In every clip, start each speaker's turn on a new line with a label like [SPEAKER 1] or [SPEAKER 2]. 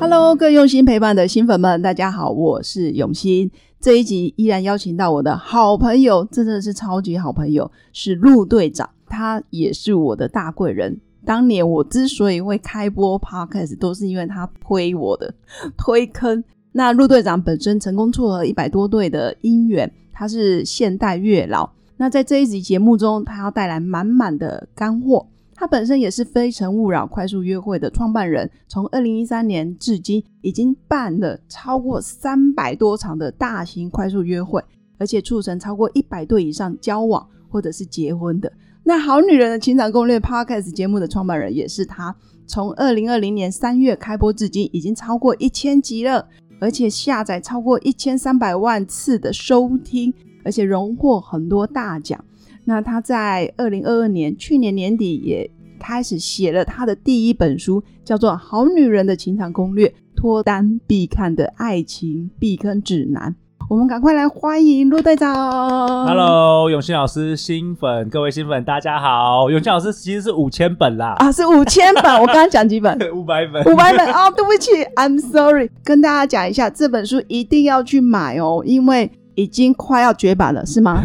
[SPEAKER 1] Hello，各位用心陪伴的新粉们，大家好，我是永新。这一集依然邀请到我的好朋友，真的是超级好朋友，是陆队长，他也是我的大贵人。当年我之所以会开播 podcast，都是因为他推我的， 推坑。那陆队长本身成功撮合一百多对的姻缘，他是现代月老。那在这一集节目中，他要带来满满的干货。他本身也是《非诚勿扰》快速约会的创办人，从二零一三年至今已经办了超过三百多场的大型快速约会，而且促成超过一百对以上交往或者是结婚的。那《好女人的情场攻略》Podcast 节目的创办人也是他，从二零二零年三月开播至今，已经超过一千集了，而且下载超过一千三百万次的收听，而且荣获很多大奖。那他在二零二二年去年年底也开始写了他的第一本书，叫做《好女人的情场攻略：脱单必看的爱情避坑指南》。我们赶快来欢迎陆队长。嗯
[SPEAKER 2] Hello，永新老师，新粉，各位新粉，大家好。永新老师其实是五千本啦，
[SPEAKER 1] 啊，是五千本，我刚刚讲几本？
[SPEAKER 2] 五百本，
[SPEAKER 1] 五百本啊、哦，对不起，I'm sorry。跟大家讲一下，这本书一定要去买哦，因为已经快要绝版了，是 吗？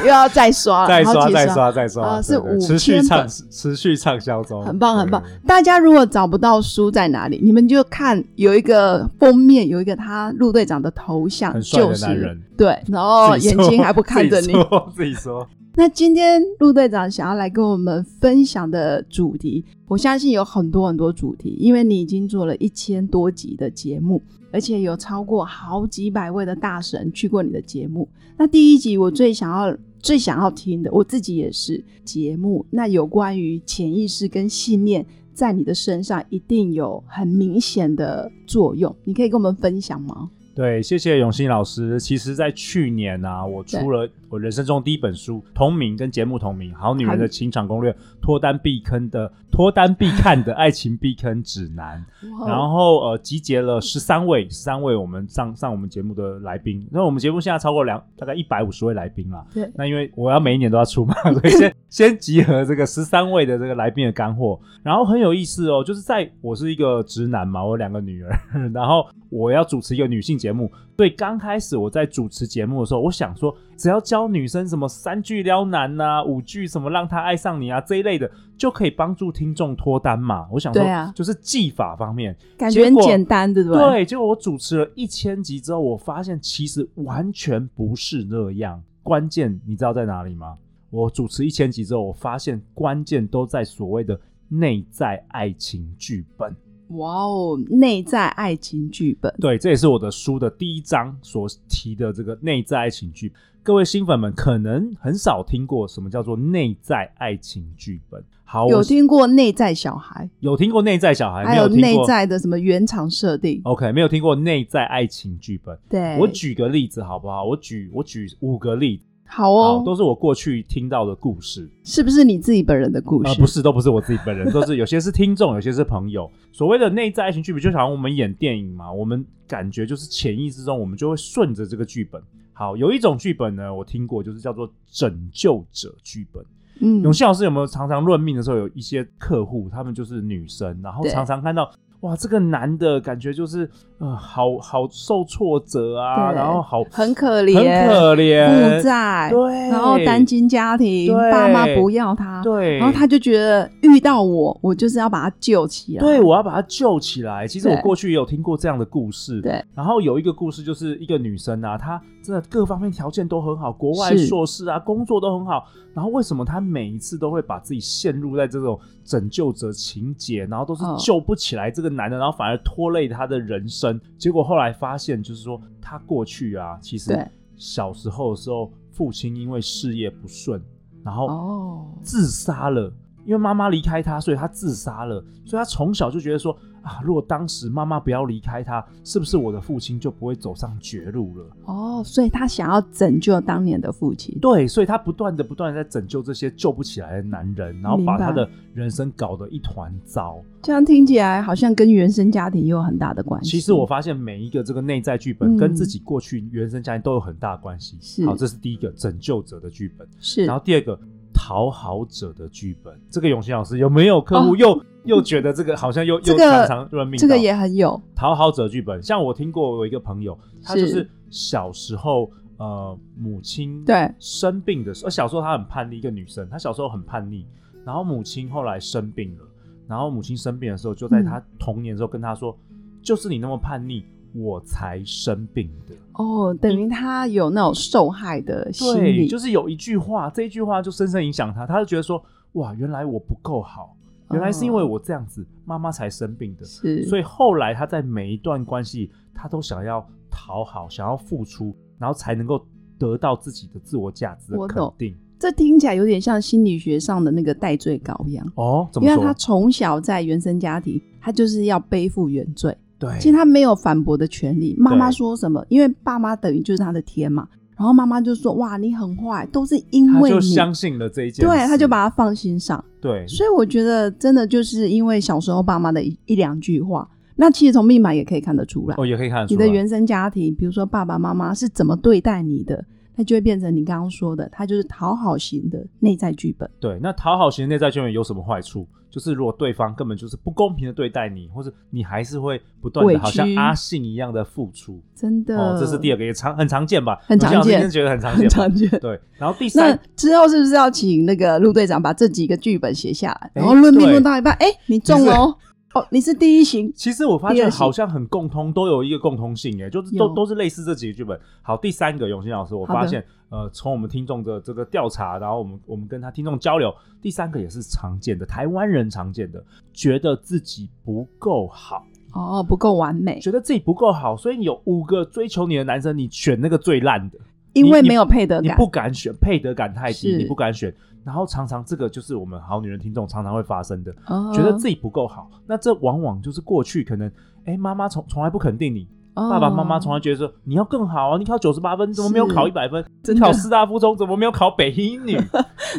[SPEAKER 1] 又要再刷，
[SPEAKER 2] 再刷
[SPEAKER 1] 好几
[SPEAKER 2] 再刷再刷，
[SPEAKER 1] 啊
[SPEAKER 2] 对
[SPEAKER 1] 是
[SPEAKER 2] 对
[SPEAKER 1] 五
[SPEAKER 2] 持续
[SPEAKER 1] 千
[SPEAKER 2] 畅
[SPEAKER 1] 本
[SPEAKER 2] 持续畅销中，
[SPEAKER 1] 很棒，很棒
[SPEAKER 2] 对。
[SPEAKER 1] 大家如果找不到书在哪里，你们就看有一个封面，有一个他陆队长的头像，
[SPEAKER 2] 很帅的
[SPEAKER 1] 就
[SPEAKER 2] 男
[SPEAKER 1] 是
[SPEAKER 2] 人
[SPEAKER 1] 对，然后
[SPEAKER 2] 自己
[SPEAKER 1] 眼
[SPEAKER 2] 说
[SPEAKER 1] 睛还不看着
[SPEAKER 2] 自
[SPEAKER 1] 你
[SPEAKER 2] 己。说 自己说，
[SPEAKER 1] 那今天陆队长想要来跟我们分享的主题，我相信有很多很多主题，因为你已经做了一千多集的节目，而且有超过好几百位的大神去过你的节目。那第一集我最想要最想要听的，我自己也是节目，那有关于潜意识跟信念。在你的身上一定有很明显的作用，你可以跟我们分享吗？
[SPEAKER 2] 对，谢谢永新老师。其实，在去年啊，我出了我人生中第一本书，同名跟节目同名，《好女人的情场攻略》，脱单避坑的脱单必看的爱情避坑指南。
[SPEAKER 1] 哦
[SPEAKER 2] 然后呃，集结了十三位，十三位我们上上我们节目的来宾。那我们节目现在超过两大概一百五十位来宾啦。
[SPEAKER 1] 对
[SPEAKER 2] 那因为我要每一年都要出嘛， 所以 先先集合这个十三位的这个来宾的干货。然后很有意思哦，就是在我是一个直男嘛，我有两个女儿， 然后我要主持一个女性节目。对，刚开始我在主持节目的时候，我想说，只要教女生什么三句撩男呐、五句什么让她爱上你啊这一类的，就可以帮助听众脱单嘛。我想说，
[SPEAKER 1] 对啊
[SPEAKER 2] 就是技法方面。
[SPEAKER 1] 感觉很
[SPEAKER 2] 结果
[SPEAKER 1] 简单，对不对？
[SPEAKER 2] 对，结果我主持了一千集之后，我发现其实完全不是那样。关键你知道在哪里吗？我主持一千集之后，我发现关键都在所谓的内在爱情剧本。
[SPEAKER 1] 哇哦，内在爱情剧本。
[SPEAKER 2] 对，这也是我的书的第一章所提的这个内在爱情剧本。各位新粉们可能很少听过什么叫做内在爱情剧本。好，哦我
[SPEAKER 1] 有听过内在小孩，
[SPEAKER 2] 有听过内在小孩，
[SPEAKER 1] 还
[SPEAKER 2] 没有
[SPEAKER 1] 有
[SPEAKER 2] 听
[SPEAKER 1] 内
[SPEAKER 2] 过
[SPEAKER 1] 在的什么原厂设定，
[SPEAKER 2] OK，没有听过内在爱情剧本。
[SPEAKER 1] 对，
[SPEAKER 2] 我举个例子好不好？我举我举五个例子，
[SPEAKER 1] 好
[SPEAKER 2] 好，
[SPEAKER 1] 哦，
[SPEAKER 2] 都是我过去听到的故事，
[SPEAKER 1] 是不是你自己本人的故
[SPEAKER 2] 啊，
[SPEAKER 1] 事？
[SPEAKER 2] 不是，都不是我自己本人，都是有些是听众，有些是朋友。所谓的内在爱情剧本，就好像我们演电影嘛，我们感觉就是潜意识中，我们就会顺着这个剧本。好，有一种剧本呢，我听过，就是叫做拯救者剧本。
[SPEAKER 1] 嗯
[SPEAKER 2] 永，信老师有没有常常论命的时候，有一些客户他们就是女生，然后
[SPEAKER 1] 对
[SPEAKER 2] 常常看到哇，这个男的感觉就是呃，好好受挫折啊，
[SPEAKER 1] 对
[SPEAKER 2] 然后好
[SPEAKER 1] 很可
[SPEAKER 2] 很
[SPEAKER 1] 怜，
[SPEAKER 2] 可怜，
[SPEAKER 1] 负债，
[SPEAKER 2] 对，
[SPEAKER 1] 然后单亲家庭，
[SPEAKER 2] 对
[SPEAKER 1] 爸妈不要他，
[SPEAKER 2] 对，
[SPEAKER 1] 然后他就觉得遇到我，我就是要把他救起来，
[SPEAKER 2] 对，我要把他救起来。其实我
[SPEAKER 1] 对
[SPEAKER 2] 过去也有听过这样的故事。
[SPEAKER 1] 对，
[SPEAKER 2] 然后有一个故事，就是一个女生啊，她真的各方面条件都很好，国外
[SPEAKER 1] 是
[SPEAKER 2] 硕士啊，工作都很好。然后为什么她每一次都会把自己陷入在这种拯救者情节，然后都是
[SPEAKER 1] 哦
[SPEAKER 2] 救不起来这个男的，然后反而拖累她的人生？结果后来发现，就是说她过去啊，其实
[SPEAKER 1] 对
[SPEAKER 2] 小时候的时候，父亲因为事业不顺，然后
[SPEAKER 1] 哦，
[SPEAKER 2] 自杀了，因为妈妈离开他，所以他自杀了。所以他从小就觉得说啊，如果当时妈妈不要离开他，是不是我的父亲就不会走上绝路了？
[SPEAKER 1] 哦，所以他想要拯救当年的父亲。
[SPEAKER 2] 对，所以他不断的不断的在拯救这些救不起来的男人，然后把
[SPEAKER 1] 明白
[SPEAKER 2] 他的人生搞得一团糟。
[SPEAKER 1] 这样听起来好像跟原生家庭也有很大的关系。
[SPEAKER 2] 其实我发现每一个这个内在剧本跟
[SPEAKER 1] 嗯
[SPEAKER 2] 自己过去原生家庭都有很大的关系。
[SPEAKER 1] 是
[SPEAKER 2] 好，这是第一个拯救者的剧本，
[SPEAKER 1] 是
[SPEAKER 2] 然后第二个讨好者的剧本。这个永新老师有没有客户
[SPEAKER 1] 哦
[SPEAKER 2] 又、又觉得这个好像又、
[SPEAKER 1] 这
[SPEAKER 2] 又
[SPEAKER 1] 个
[SPEAKER 2] 常常乱命到？
[SPEAKER 1] 这个也很有
[SPEAKER 2] 讨好者剧本，像我听过有一个朋友，他
[SPEAKER 1] 是
[SPEAKER 2] 就是小时候呃母亲
[SPEAKER 1] 对
[SPEAKER 2] 生病的时候，呃小时候她很叛逆，一个女生，她小时候很叛逆，然后母亲后来生病了，然后母亲生病的时候，就在
[SPEAKER 1] 嗯
[SPEAKER 2] 她童年的时候跟她说，就是你那么叛逆，我才生病的。
[SPEAKER 1] 哦，等于他有那种受害的心
[SPEAKER 2] 对，
[SPEAKER 1] 理，
[SPEAKER 2] 就是有一句话，这一句话就深深影响她，她就觉得说，哇，原来我不够好，原来是因为我这样子，妈妈才生病的。
[SPEAKER 1] 嗯哦是
[SPEAKER 2] 所以后来他在每一段关系，他都想要讨好，想要付出，然后才能够得到自己的自我价值的
[SPEAKER 1] 我
[SPEAKER 2] 肯
[SPEAKER 1] 懂
[SPEAKER 2] 定。
[SPEAKER 1] 这听起来有点像心理学上的那个代罪羔羊，
[SPEAKER 2] 哦，怎
[SPEAKER 1] 因
[SPEAKER 2] 么
[SPEAKER 1] 为他
[SPEAKER 2] 说？
[SPEAKER 1] 从小在原生家庭，他就是要背负原罪。
[SPEAKER 2] 对，
[SPEAKER 1] 其实他没有反驳的权利。妈妈
[SPEAKER 2] 哎对
[SPEAKER 1] 说什么，因为爸妈等于就是他的天嘛。然后妈妈就说：“哇，你很坏，都是因
[SPEAKER 2] 他
[SPEAKER 1] 为
[SPEAKER 2] 就
[SPEAKER 1] 你。
[SPEAKER 2] 相信了这一”件事，哎
[SPEAKER 1] 对，他就把他放心上。
[SPEAKER 2] 对
[SPEAKER 1] 所以我觉得，真的就是因为小时候爸妈的一一两句话，那其实从密码也可以看得出来，
[SPEAKER 2] 哦，也可以看得出
[SPEAKER 1] 你
[SPEAKER 2] 来
[SPEAKER 1] 的原生家庭，比如说爸爸妈妈是怎么对待你的，那就会变成你刚刚说的，他就是讨好型的内在剧本。
[SPEAKER 2] 对。那讨好型的内在圈有什么坏处？就是如果对方根本就是不公平的对待你，或者你还是会不断
[SPEAKER 1] 委
[SPEAKER 2] 的
[SPEAKER 1] 屈
[SPEAKER 2] 好像阿信一样的付出。
[SPEAKER 1] 真的，
[SPEAKER 2] 哦，这是第
[SPEAKER 1] 二
[SPEAKER 2] 二个，也常很常见吧？
[SPEAKER 1] 很常见
[SPEAKER 2] 我现在真的觉得很常
[SPEAKER 1] 很
[SPEAKER 2] 见吧。
[SPEAKER 1] 常见。
[SPEAKER 2] 对，然后第
[SPEAKER 1] 那
[SPEAKER 2] 三，
[SPEAKER 1] 之后是不是要请那个陆队长把这几个剧本写下来，
[SPEAKER 2] 哎
[SPEAKER 1] 然后论命
[SPEAKER 2] 对
[SPEAKER 1] 论到一半，哎、你中了哦，哦，你是第一型，
[SPEAKER 2] 其实我发
[SPEAKER 1] 第
[SPEAKER 2] 现
[SPEAKER 1] 二型
[SPEAKER 2] 好像很共通，都有一个共通性，哎，就是都
[SPEAKER 1] 有
[SPEAKER 2] 都是类似这几个剧本。好，第三个永新老师，我
[SPEAKER 1] 好的
[SPEAKER 2] 发现呃，从我们听众的这个调查，然后我们我们跟他听众交流，第三个也是常见的，台湾人常见的，觉得自己不够好，
[SPEAKER 1] 哦，不够完美，
[SPEAKER 2] 觉得自己不够好，所以你有五个追求你的男生，你选那个最烂的，
[SPEAKER 1] 因为
[SPEAKER 2] 你
[SPEAKER 1] 没有配得
[SPEAKER 2] 你
[SPEAKER 1] 感
[SPEAKER 2] 不，敢选，配得感太低，
[SPEAKER 1] 是
[SPEAKER 2] 你不敢选。然后常常这个就是我们好女人听众常常会发生的，
[SPEAKER 1] 哦
[SPEAKER 2] 觉得自己不够好，那这往往就是过去可能，哎，妈妈从从来不肯定你，爸爸妈妈从
[SPEAKER 1] 哦
[SPEAKER 2] 来觉得说你要更好啊，你考九十八分，你怎么没有考一
[SPEAKER 1] 是
[SPEAKER 2] 百分？
[SPEAKER 1] 真
[SPEAKER 2] 你
[SPEAKER 1] 的
[SPEAKER 2] 考师大附中怎么没有考北一 女？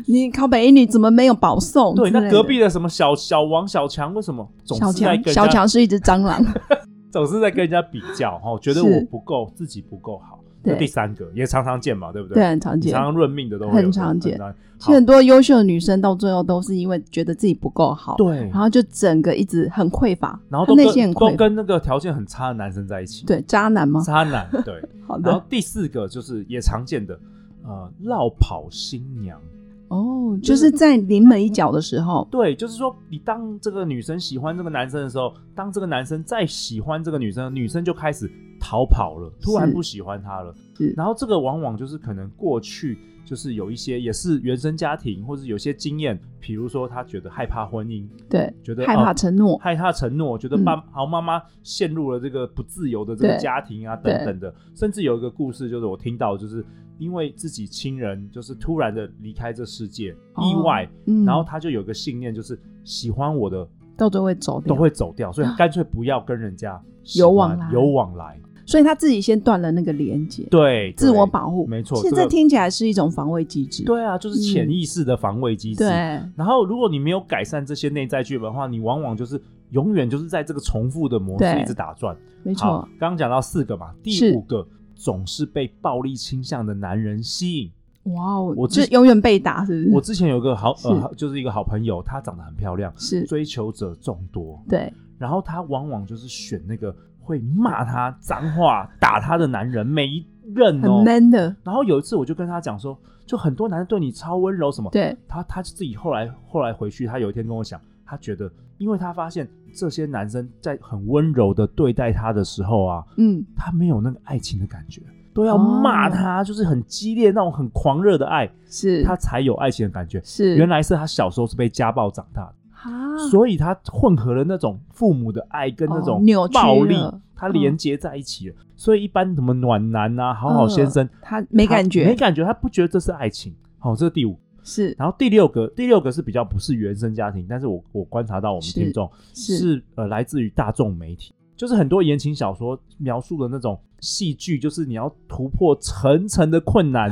[SPEAKER 1] 你考北一女怎么没有保送之
[SPEAKER 2] 对，
[SPEAKER 1] 类的？
[SPEAKER 2] 那隔壁的什么小小王、小强，为什么总
[SPEAKER 1] 小
[SPEAKER 2] 是
[SPEAKER 1] 强
[SPEAKER 2] 在跟，人
[SPEAKER 1] 小
[SPEAKER 2] 家
[SPEAKER 1] 强是一只蟑 螂，
[SPEAKER 2] 总是在跟人家比较？哈，觉得
[SPEAKER 1] 是
[SPEAKER 2] 我不够，自己不够好。那
[SPEAKER 1] 对
[SPEAKER 2] 第三个也常常见嘛，对不
[SPEAKER 1] 对，
[SPEAKER 2] 对？
[SPEAKER 1] 很常
[SPEAKER 2] 你
[SPEAKER 1] 见。
[SPEAKER 2] 常常论命的都会
[SPEAKER 1] 很
[SPEAKER 2] 有
[SPEAKER 1] 常
[SPEAKER 2] 很
[SPEAKER 1] 见
[SPEAKER 2] 常
[SPEAKER 1] 其实
[SPEAKER 2] 好
[SPEAKER 1] 很多优秀的女生到最后都是因为觉得自己不够好，
[SPEAKER 2] 对，
[SPEAKER 1] 然后就整个一直很匮乏，
[SPEAKER 2] 然后都
[SPEAKER 1] 她内心很
[SPEAKER 2] 跟都
[SPEAKER 1] 匮乏，
[SPEAKER 2] 跟那个条件很差的男生在一起，
[SPEAKER 1] 对渣男吗？
[SPEAKER 2] 渣男， 对。
[SPEAKER 1] 好
[SPEAKER 2] 然后
[SPEAKER 1] 的，
[SPEAKER 2] 第四个就是也常见的，呃，落跑新娘。
[SPEAKER 1] 哦，就是在临门一脚的时候，
[SPEAKER 2] 对，就是说你当这个女生喜欢这个男生的时候，当这个男生再喜欢这个女生，女生就开始逃跑了，突然
[SPEAKER 1] 是
[SPEAKER 2] 不喜欢他了
[SPEAKER 1] 是。
[SPEAKER 2] 然后这个往往就是可能过去就是有一些也是原生家庭或者有些经验，比如说他觉得害怕婚姻，
[SPEAKER 1] 对，
[SPEAKER 2] 觉得
[SPEAKER 1] 害怕
[SPEAKER 2] 哦
[SPEAKER 1] 承诺，
[SPEAKER 2] 害怕承诺，觉得爸好妈妈陷入了这个不自由的这个
[SPEAKER 1] 对
[SPEAKER 2] 家庭啊等
[SPEAKER 1] 对
[SPEAKER 2] 等的，甚至有一个故事，就是我听到，就是因为自己亲人就是突然的离开这世界，
[SPEAKER 1] 哦
[SPEAKER 2] 意外，
[SPEAKER 1] 嗯，
[SPEAKER 2] 然后他就有一个信念，就是喜欢我的
[SPEAKER 1] 到最后会走掉，
[SPEAKER 2] 都会走掉，所以干脆不要跟人家喜
[SPEAKER 1] 有
[SPEAKER 2] 欢
[SPEAKER 1] 往来
[SPEAKER 2] 有往来，
[SPEAKER 1] 所以他自己先断了那个连接，
[SPEAKER 2] 对，
[SPEAKER 1] 自我
[SPEAKER 2] 对
[SPEAKER 1] 保护。
[SPEAKER 2] 没错
[SPEAKER 1] 其实
[SPEAKER 2] 这
[SPEAKER 1] 这
[SPEAKER 2] 个
[SPEAKER 1] 听起来是一种防卫机制。
[SPEAKER 2] 对啊，就是潜意识的防卫机制。
[SPEAKER 1] 嗯对
[SPEAKER 2] 然后，如果你没有改善这些内在剧本的话，你往往就是永远就是在这个重复的模式
[SPEAKER 1] 对
[SPEAKER 2] 一直打转。
[SPEAKER 1] 没
[SPEAKER 2] 好，
[SPEAKER 1] 错，
[SPEAKER 2] 刚刚讲到四个嘛，第
[SPEAKER 1] 是
[SPEAKER 2] 五个总是被暴力倾向的男人吸引。
[SPEAKER 1] 哇哦，
[SPEAKER 2] 我
[SPEAKER 1] 就
[SPEAKER 2] 之
[SPEAKER 1] 永远被打，是不是？
[SPEAKER 2] 我之前有个好
[SPEAKER 1] 是
[SPEAKER 2] 呃，就是一个好朋友，她长得很漂亮，
[SPEAKER 1] 是
[SPEAKER 2] 追求者众多，
[SPEAKER 1] 对
[SPEAKER 2] 然后她往往就是选那个会骂她脏话、打她的男人，每一任
[SPEAKER 1] 很
[SPEAKER 2] 哦。
[SPEAKER 1] man 的，
[SPEAKER 2] 然后有一次我就跟她讲说，就很多男人对你超温柔什么，
[SPEAKER 1] 对
[SPEAKER 2] 她她自己后来后来回去，她有一天跟我讲，她觉得，因为她发现这些男生在很温柔的对待她的时候啊，
[SPEAKER 1] 嗯，
[SPEAKER 2] 他没有那个爱情的感觉，都要
[SPEAKER 1] 哦
[SPEAKER 2] 骂他，就是很激烈那种很狂热的爱，
[SPEAKER 1] 是
[SPEAKER 2] 他才有爱情的感觉。
[SPEAKER 1] 是
[SPEAKER 2] 原来是他小时候是被家暴长大的，
[SPEAKER 1] 啊，
[SPEAKER 2] 所以他混合了那种父母的爱跟那
[SPEAKER 1] 哦
[SPEAKER 2] 种
[SPEAKER 1] 扭曲
[SPEAKER 2] 暴力
[SPEAKER 1] 了，
[SPEAKER 2] 他连接在一起了。所以一般什么暖男啊、好好先生，
[SPEAKER 1] 嗯他没
[SPEAKER 2] 他
[SPEAKER 1] 感觉，
[SPEAKER 2] 没感觉，他不觉得这是爱情。好，这是第五。
[SPEAKER 1] 是
[SPEAKER 2] 然后第六个，第六个是比较不是原生家庭，但是我我观察到我们
[SPEAKER 1] 是
[SPEAKER 2] 听众
[SPEAKER 1] 是
[SPEAKER 2] 呃来自于大众媒体，就是很多言情小说描述的那种戏剧，就是你要突破层层的 困难，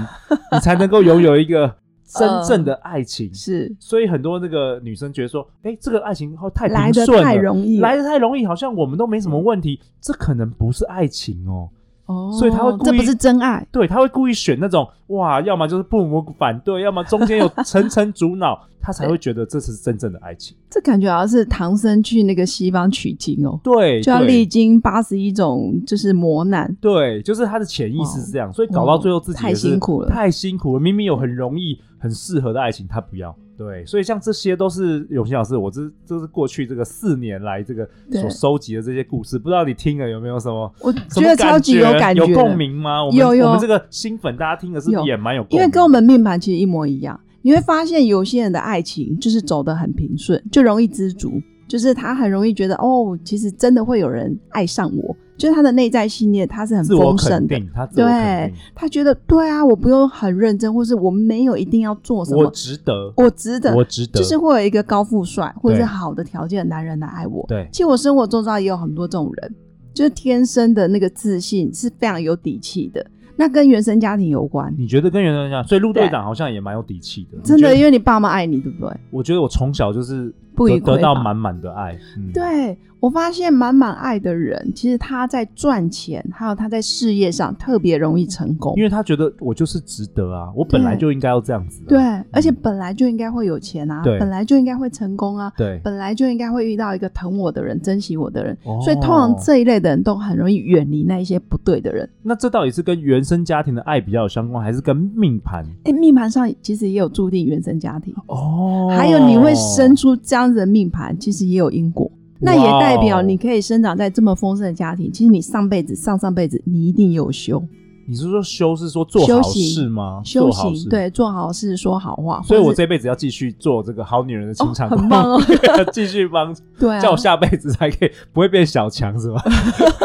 [SPEAKER 2] 你才能够拥有一个真
[SPEAKER 1] 嗯
[SPEAKER 2] 正的爱情。
[SPEAKER 1] 是，
[SPEAKER 2] 所以很多那个女生觉得说，哎，这个爱情好太
[SPEAKER 1] 来
[SPEAKER 2] 平
[SPEAKER 1] 的
[SPEAKER 2] 顺了，
[SPEAKER 1] 太容易了，嗯
[SPEAKER 2] 来的太容易，好像我们都没什么问题，这可能不是爱情哦。
[SPEAKER 1] 哦，
[SPEAKER 2] 所以他会故
[SPEAKER 1] 这不
[SPEAKER 2] 意
[SPEAKER 1] 是真爱，
[SPEAKER 2] 对，他会故意选那种哇，要么就是父母反对，要么中间有层层阻挠，他才会觉得这是真正的爱情。
[SPEAKER 1] 这感觉好像是唐僧去那个西方取经哦，
[SPEAKER 2] 对，
[SPEAKER 1] 就要
[SPEAKER 2] 对
[SPEAKER 1] 历经八十一种就是磨难，
[SPEAKER 2] 对，就是他的潜意识是这样，所以搞到最后自己
[SPEAKER 1] 哦太
[SPEAKER 2] 也是
[SPEAKER 1] 辛苦了
[SPEAKER 2] 太辛苦了。明明有很容易、很适合的爱情，他不要。对，所以像这些都是永新老师，我这这是过去这个四年来这个
[SPEAKER 1] 对
[SPEAKER 2] 所收集的这些故事，不知道你听了有没有什么
[SPEAKER 1] 我
[SPEAKER 2] 什
[SPEAKER 1] 觉
[SPEAKER 2] 么
[SPEAKER 1] 得超级
[SPEAKER 2] 有
[SPEAKER 1] 感觉，
[SPEAKER 2] 有共，鸣吗？我们
[SPEAKER 1] 有有
[SPEAKER 2] 我们这个新粉大家听的是不是
[SPEAKER 1] 有
[SPEAKER 2] 也蛮有共鸣，
[SPEAKER 1] 因为跟我们命盘其实一模一样，你会发现有些人的爱情就是走得很平顺，就容易知足。就是他很容易觉得哦，其实真的会有人爱上我，就是他的内在信念，他是很
[SPEAKER 2] 自我
[SPEAKER 1] 丰盛
[SPEAKER 2] 肯
[SPEAKER 1] 的，
[SPEAKER 2] 定，他自我肯定，
[SPEAKER 1] 他觉得对啊，我不用很认真，或是我没有一定要做什么，
[SPEAKER 2] 我
[SPEAKER 1] 我
[SPEAKER 2] 值得，
[SPEAKER 1] 值得，
[SPEAKER 2] 我值得，
[SPEAKER 1] 就是会有一个高富帅或者是
[SPEAKER 2] 对
[SPEAKER 1] 好的条件的男人来爱我。
[SPEAKER 2] 对
[SPEAKER 1] 其实我生活周遭也有很多这种人，就是天生的那个自信是非常有底气的，那跟原生家庭有关，
[SPEAKER 2] 你觉得跟原生家所以陆队
[SPEAKER 1] 对
[SPEAKER 2] 长好像也蛮有底气的，
[SPEAKER 1] 真
[SPEAKER 2] 嗯你觉
[SPEAKER 1] 的，
[SPEAKER 2] 得
[SPEAKER 1] 因为你爸妈爱你，对不对？
[SPEAKER 2] 我觉得我从小就是
[SPEAKER 1] 不
[SPEAKER 2] 得
[SPEAKER 1] 以
[SPEAKER 2] 得
[SPEAKER 1] 匮
[SPEAKER 2] 到
[SPEAKER 1] 乏。
[SPEAKER 2] 满满的爱，嗯，
[SPEAKER 1] 对我发现满满爱的人，其实他在赚钱，还有他在事业上特别容易成功
[SPEAKER 2] 因。为他觉得我就是值得啊，我本来就应该要这样子啊、
[SPEAKER 1] 对，而且本来就应该会有钱啊，
[SPEAKER 2] 对
[SPEAKER 1] 本来就应该会成功啊，
[SPEAKER 2] 对
[SPEAKER 1] 本来就应该会遇到一个疼我的人、珍惜我的人，
[SPEAKER 2] 哦
[SPEAKER 1] 所以通常这一类的人都很容易远离那一些不对的人。
[SPEAKER 2] 那这到底是跟原生家庭的爱比较有相关，还是跟命盘？
[SPEAKER 1] 哎，命盘上其实也有注定原生家庭，
[SPEAKER 2] 哦，
[SPEAKER 1] 还有你会生出这样子的命盘，其实也有因果。
[SPEAKER 2] 哦
[SPEAKER 1] 那也代表你
[SPEAKER 2] 哇
[SPEAKER 1] 可以生长在这么丰盛的家庭，其实你上辈子、上上辈子你一定有修
[SPEAKER 2] 哦，你是说修是说做
[SPEAKER 1] 修
[SPEAKER 2] 好
[SPEAKER 1] 行
[SPEAKER 2] 事吗？
[SPEAKER 1] 修
[SPEAKER 2] 哦做好
[SPEAKER 1] 行，
[SPEAKER 2] 事。
[SPEAKER 1] 对，做好事、说好话。
[SPEAKER 2] 所以，
[SPEAKER 1] 或
[SPEAKER 2] 我
[SPEAKER 1] 是
[SPEAKER 2] 这辈子要继续做这个好女人的
[SPEAKER 1] 哦
[SPEAKER 2] 清场工，
[SPEAKER 1] 很棒哦
[SPEAKER 2] 继续帮，
[SPEAKER 1] 对啊，
[SPEAKER 2] 叫我下辈子才可以不会变小 强是吧？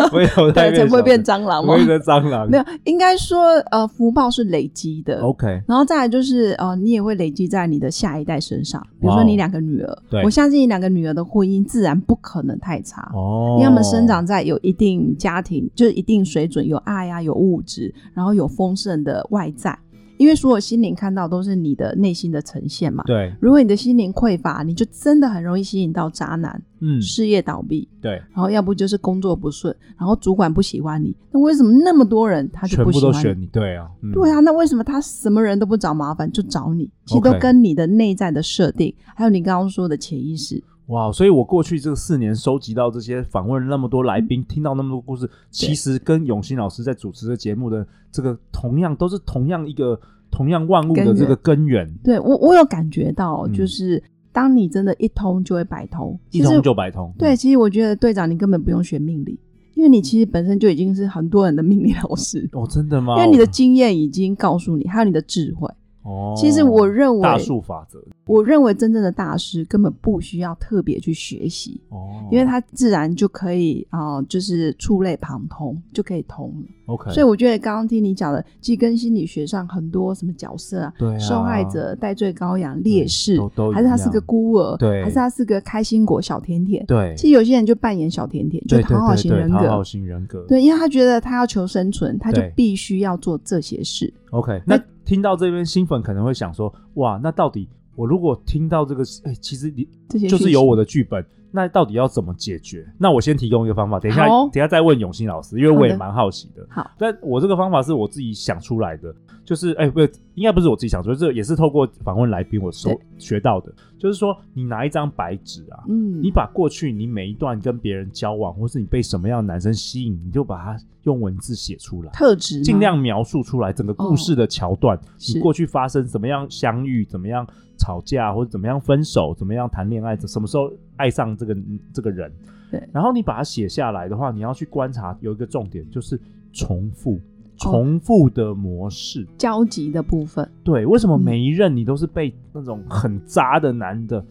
[SPEAKER 2] 不会投
[SPEAKER 1] 对才
[SPEAKER 2] 胎变
[SPEAKER 1] 不会
[SPEAKER 2] 小
[SPEAKER 1] 变
[SPEAKER 2] 强
[SPEAKER 1] 蟑螂
[SPEAKER 2] 不
[SPEAKER 1] 嘛
[SPEAKER 2] 会。变蟑 螂
[SPEAKER 1] 没。有，应该说呃，福报是累积的。
[SPEAKER 2] OK，
[SPEAKER 1] 然后再来就是呃，你也会累积在你的下一代身上，比如
[SPEAKER 2] 哇
[SPEAKER 1] 说
[SPEAKER 2] 哦
[SPEAKER 1] 你两个女儿，
[SPEAKER 2] 对
[SPEAKER 1] 我相信你两个女儿的婚姻自然不可能太差。
[SPEAKER 2] 哦
[SPEAKER 1] 因为他们生长在有一定家庭，就是一定水准，有爱啊，有物质，然后有丰盛的外在。因为所有心灵看到都是你的内心的呈现嘛。
[SPEAKER 2] 对，
[SPEAKER 1] 如果你的心灵匮乏，你就真的很容易吸引到渣男、
[SPEAKER 2] 嗯，
[SPEAKER 1] 事业倒闭，
[SPEAKER 2] 对，
[SPEAKER 1] 然后要不就是工作不顺，然后主管不喜欢你。那为什么那么多人他就
[SPEAKER 2] 全
[SPEAKER 1] 不
[SPEAKER 2] 部
[SPEAKER 1] 喜
[SPEAKER 2] 都
[SPEAKER 1] 欢你？
[SPEAKER 2] 选你，对啊，嗯
[SPEAKER 1] 对，啊，那为什么他什么人都不找麻烦，就找你？其实都
[SPEAKER 2] OK
[SPEAKER 1] 跟你的内在的设定，还有你刚刚说的潜意识，
[SPEAKER 2] 哇，所以我过去这四年收集到这些访问那么多来宾，听到那么多故事，其实跟永新老师在主持这节目的这个同样都是同样一个同样万物的这个根源，
[SPEAKER 1] 对我，我有感觉到，
[SPEAKER 2] 嗯
[SPEAKER 1] 就是当你真的一通就会百通，
[SPEAKER 2] 一
[SPEAKER 1] 其实
[SPEAKER 2] 通就百通，
[SPEAKER 1] 对。其实我觉得队长，你根本不用学命理，因为你其实本身就已经是很多人的命理老师，
[SPEAKER 2] 哦，真的吗？
[SPEAKER 1] 因为你的经验已经告诉你，还有你的智慧。
[SPEAKER 2] 哦，
[SPEAKER 1] 其实我认为
[SPEAKER 2] 大数法则
[SPEAKER 1] 我认为真正的大师根本不需要特别去学习，
[SPEAKER 2] 哦，
[SPEAKER 1] 因为他自然就可以啊、呃就是触类旁通，就可以通了。
[SPEAKER 2] OK，
[SPEAKER 1] 所以我觉得刚刚听你讲的，其实跟心理学上很多什么角色啊，
[SPEAKER 2] 对啊嗯
[SPEAKER 1] 受害者、戴罪羔羊、烈士，
[SPEAKER 2] 都都一
[SPEAKER 1] 还是他是
[SPEAKER 2] 样
[SPEAKER 1] 个孤儿，
[SPEAKER 2] 对
[SPEAKER 1] 还是他是个开心果小甜甜。
[SPEAKER 2] 对，
[SPEAKER 1] 其实有些人就扮演小甜甜，就
[SPEAKER 2] 对对
[SPEAKER 1] 讨好
[SPEAKER 2] 对
[SPEAKER 1] 型
[SPEAKER 2] 对
[SPEAKER 1] 人
[SPEAKER 2] 讨好
[SPEAKER 1] 格，
[SPEAKER 2] 型人格，
[SPEAKER 1] 对，因为他觉得他要求生存，他就
[SPEAKER 2] 对
[SPEAKER 1] 必须要做这些事。
[SPEAKER 2] OK，
[SPEAKER 1] 那
[SPEAKER 2] 那听到这边新粉可能会想说，哇，那到底我如果听到这个，哎、其实你
[SPEAKER 1] 这些
[SPEAKER 2] 就是
[SPEAKER 1] 讯
[SPEAKER 2] 有
[SPEAKER 1] 息
[SPEAKER 2] 我的剧本，那到底要怎么解决？那我先提供一个方法，等一下、
[SPEAKER 1] 好哦
[SPEAKER 2] 等一下再问永新老师，因为
[SPEAKER 1] 好
[SPEAKER 2] 我也
[SPEAKER 1] 的
[SPEAKER 2] 蛮好奇的。
[SPEAKER 1] 好，
[SPEAKER 2] 但我这个方法是我自己想出来的，就是哎、不，应该不是我自己想出来，这也是透过访问来宾我收
[SPEAKER 1] 对
[SPEAKER 2] 学到的，就是说你拿一张白纸啊，
[SPEAKER 1] 嗯，
[SPEAKER 2] 你把过去你每一段跟别人交往，或是你被什么样的男生吸引，你就把它用文字写出来。
[SPEAKER 1] 特质吗
[SPEAKER 2] 尽量描述出来整个故事的桥段，
[SPEAKER 1] 哦是
[SPEAKER 2] 你过去发生怎么样相遇，怎么样吵架，或者怎么样分手，怎么样谈恋爱，什么时候爱上这个这个人。
[SPEAKER 1] 对
[SPEAKER 2] 然后你把它写下来的话，你要去观察，有一个重点就是重复，
[SPEAKER 1] 哦
[SPEAKER 2] 重复的模式。
[SPEAKER 1] 交集的部分，
[SPEAKER 2] 对，为什么
[SPEAKER 1] 嗯
[SPEAKER 2] 每一任你都是被那种很渣的男的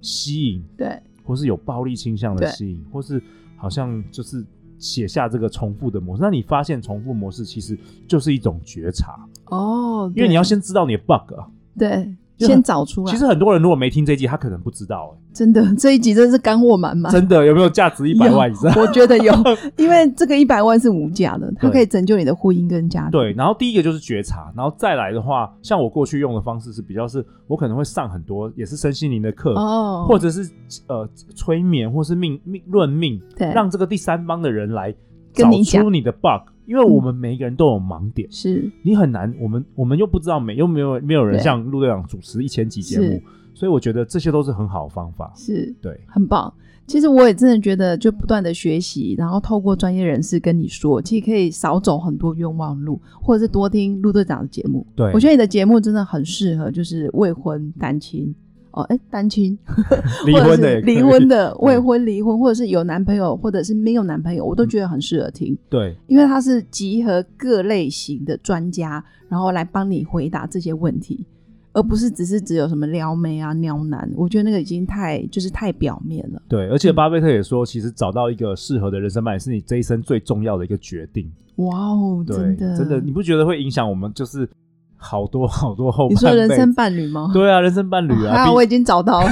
[SPEAKER 2] 吸引，
[SPEAKER 1] 对
[SPEAKER 2] 或是有暴力倾向的
[SPEAKER 1] 对
[SPEAKER 2] 吸引，或是好像就是写下这个重复的模式。那你发现重复模式其实就是一种觉察，
[SPEAKER 1] 哦，
[SPEAKER 2] 因为你
[SPEAKER 1] 对
[SPEAKER 2] 要先知道你的 bug 啊。
[SPEAKER 1] 对
[SPEAKER 2] 就很
[SPEAKER 1] 先找出来。
[SPEAKER 2] 其实很多人如果没听这一集，他可能不知道、
[SPEAKER 1] 真的这一集真是干货满
[SPEAKER 2] 哎
[SPEAKER 1] 满，
[SPEAKER 2] 真的有没有价值一百万以 上？
[SPEAKER 1] 我觉得有，因为这个一百万是无价的，它
[SPEAKER 2] 对
[SPEAKER 1] 可以拯救你的婚姻跟家庭。
[SPEAKER 2] 对，然后第一个就是觉察，然后再来的话，像我过去用的方式是比较是，我可能会上很多也是身心灵的课，
[SPEAKER 1] 哦，
[SPEAKER 2] 或者是呃催眠，或是命命论命，
[SPEAKER 1] 对，
[SPEAKER 2] 让这个第三方的人来
[SPEAKER 1] 跟
[SPEAKER 2] 找
[SPEAKER 1] 你讲嗯
[SPEAKER 2] 出你的 bug，因为我们每一个人都有盲点，
[SPEAKER 1] 是
[SPEAKER 2] 你很难，我们我们又不知道每又没有没有人
[SPEAKER 1] 对
[SPEAKER 2] 像陆队长主持一千集节目
[SPEAKER 1] 是，
[SPEAKER 2] 所以我觉得这些都是很好的方法。
[SPEAKER 1] 是，
[SPEAKER 2] 对，
[SPEAKER 1] 很棒。其实我也真的觉得，就不断的学习，然后透过专业人士跟你说，其实可以少走很多冤枉路，或者是多听陆队长的节目。
[SPEAKER 2] 对
[SPEAKER 1] 我觉得你的节目真的很适合，就是未婚单亲哦，哎，单亲
[SPEAKER 2] 离
[SPEAKER 1] 或者
[SPEAKER 2] 婚
[SPEAKER 1] 是
[SPEAKER 2] 的也可以
[SPEAKER 1] 离婚的未婚离婚，或者是有男朋友，或者是没有男朋友，我都觉得很适合听，
[SPEAKER 2] 对
[SPEAKER 1] 因为它是集合各类型的专家，然后来帮你回答这些问题，而不是只是只有什么撩妹啊、撩男，我觉得那个已经太就是太表面了。
[SPEAKER 2] 对，而且巴菲特也说，其实找到一个适合的人生伴侣是你这一生最重要的一个决定。
[SPEAKER 1] 哇哦，
[SPEAKER 2] 对，
[SPEAKER 1] 真的
[SPEAKER 2] 真的，你不觉得会影响我们就是好多好多后
[SPEAKER 1] 你
[SPEAKER 2] 半
[SPEAKER 1] 说人
[SPEAKER 2] 辈
[SPEAKER 1] 生
[SPEAKER 2] 子
[SPEAKER 1] 伴侣吗？
[SPEAKER 2] 对啊，人生 伴侣
[SPEAKER 1] 还
[SPEAKER 2] 啊，
[SPEAKER 1] 好
[SPEAKER 2] 比
[SPEAKER 1] 我已经找到了，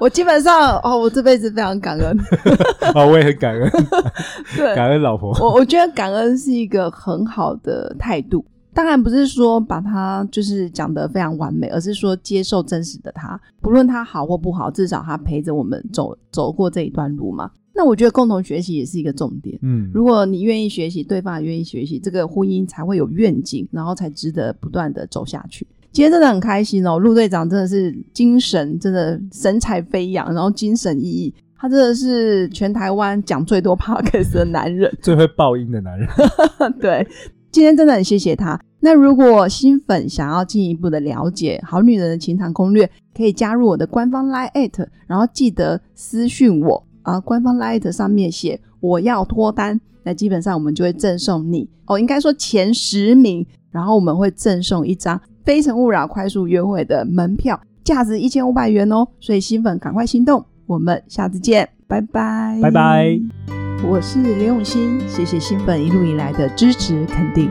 [SPEAKER 1] 我基本上哦，我这辈子非常感恩。
[SPEAKER 2] 啊，我也很感恩，
[SPEAKER 1] 对，
[SPEAKER 2] 感恩老婆。
[SPEAKER 1] 我我觉得感恩是一个很好的态度。当然不是说把它就是讲得非常完美，而是说接受真实的他，不论他好或不好，至少他陪着我们走走过这一段路嘛。那我觉得共同学习也是一个重点。
[SPEAKER 2] 嗯，
[SPEAKER 1] 如果你愿意学习，对方也愿意学习，这个婚姻才会有愿景，然后才值得不断的走下去。今天真的很开心哦，陆队长真的是精神真的神采飞扬，然后精神奕奕，他真的是全台湾讲最多 podcast 的男人。
[SPEAKER 2] 最会爆音的男
[SPEAKER 1] 哎
[SPEAKER 2] 人，
[SPEAKER 1] 对，今天真的很谢谢他。那如果新粉想要进一步的了解《好女人的情场攻略》，可以加入我的官方 Line at，然后记得私讯我啊，官方 Line at 上面写我要脱单，那基本上我们就会赠送你哦，应该说前十名，然后我们会赠送一张《非诚勿扰》快速约会的门票，价值一千五百元哦，所以新粉赶快行动，我们下次见，拜拜，
[SPEAKER 2] 拜拜。
[SPEAKER 1] 我是刘永新，谢谢新粉一路以来的支持肯定。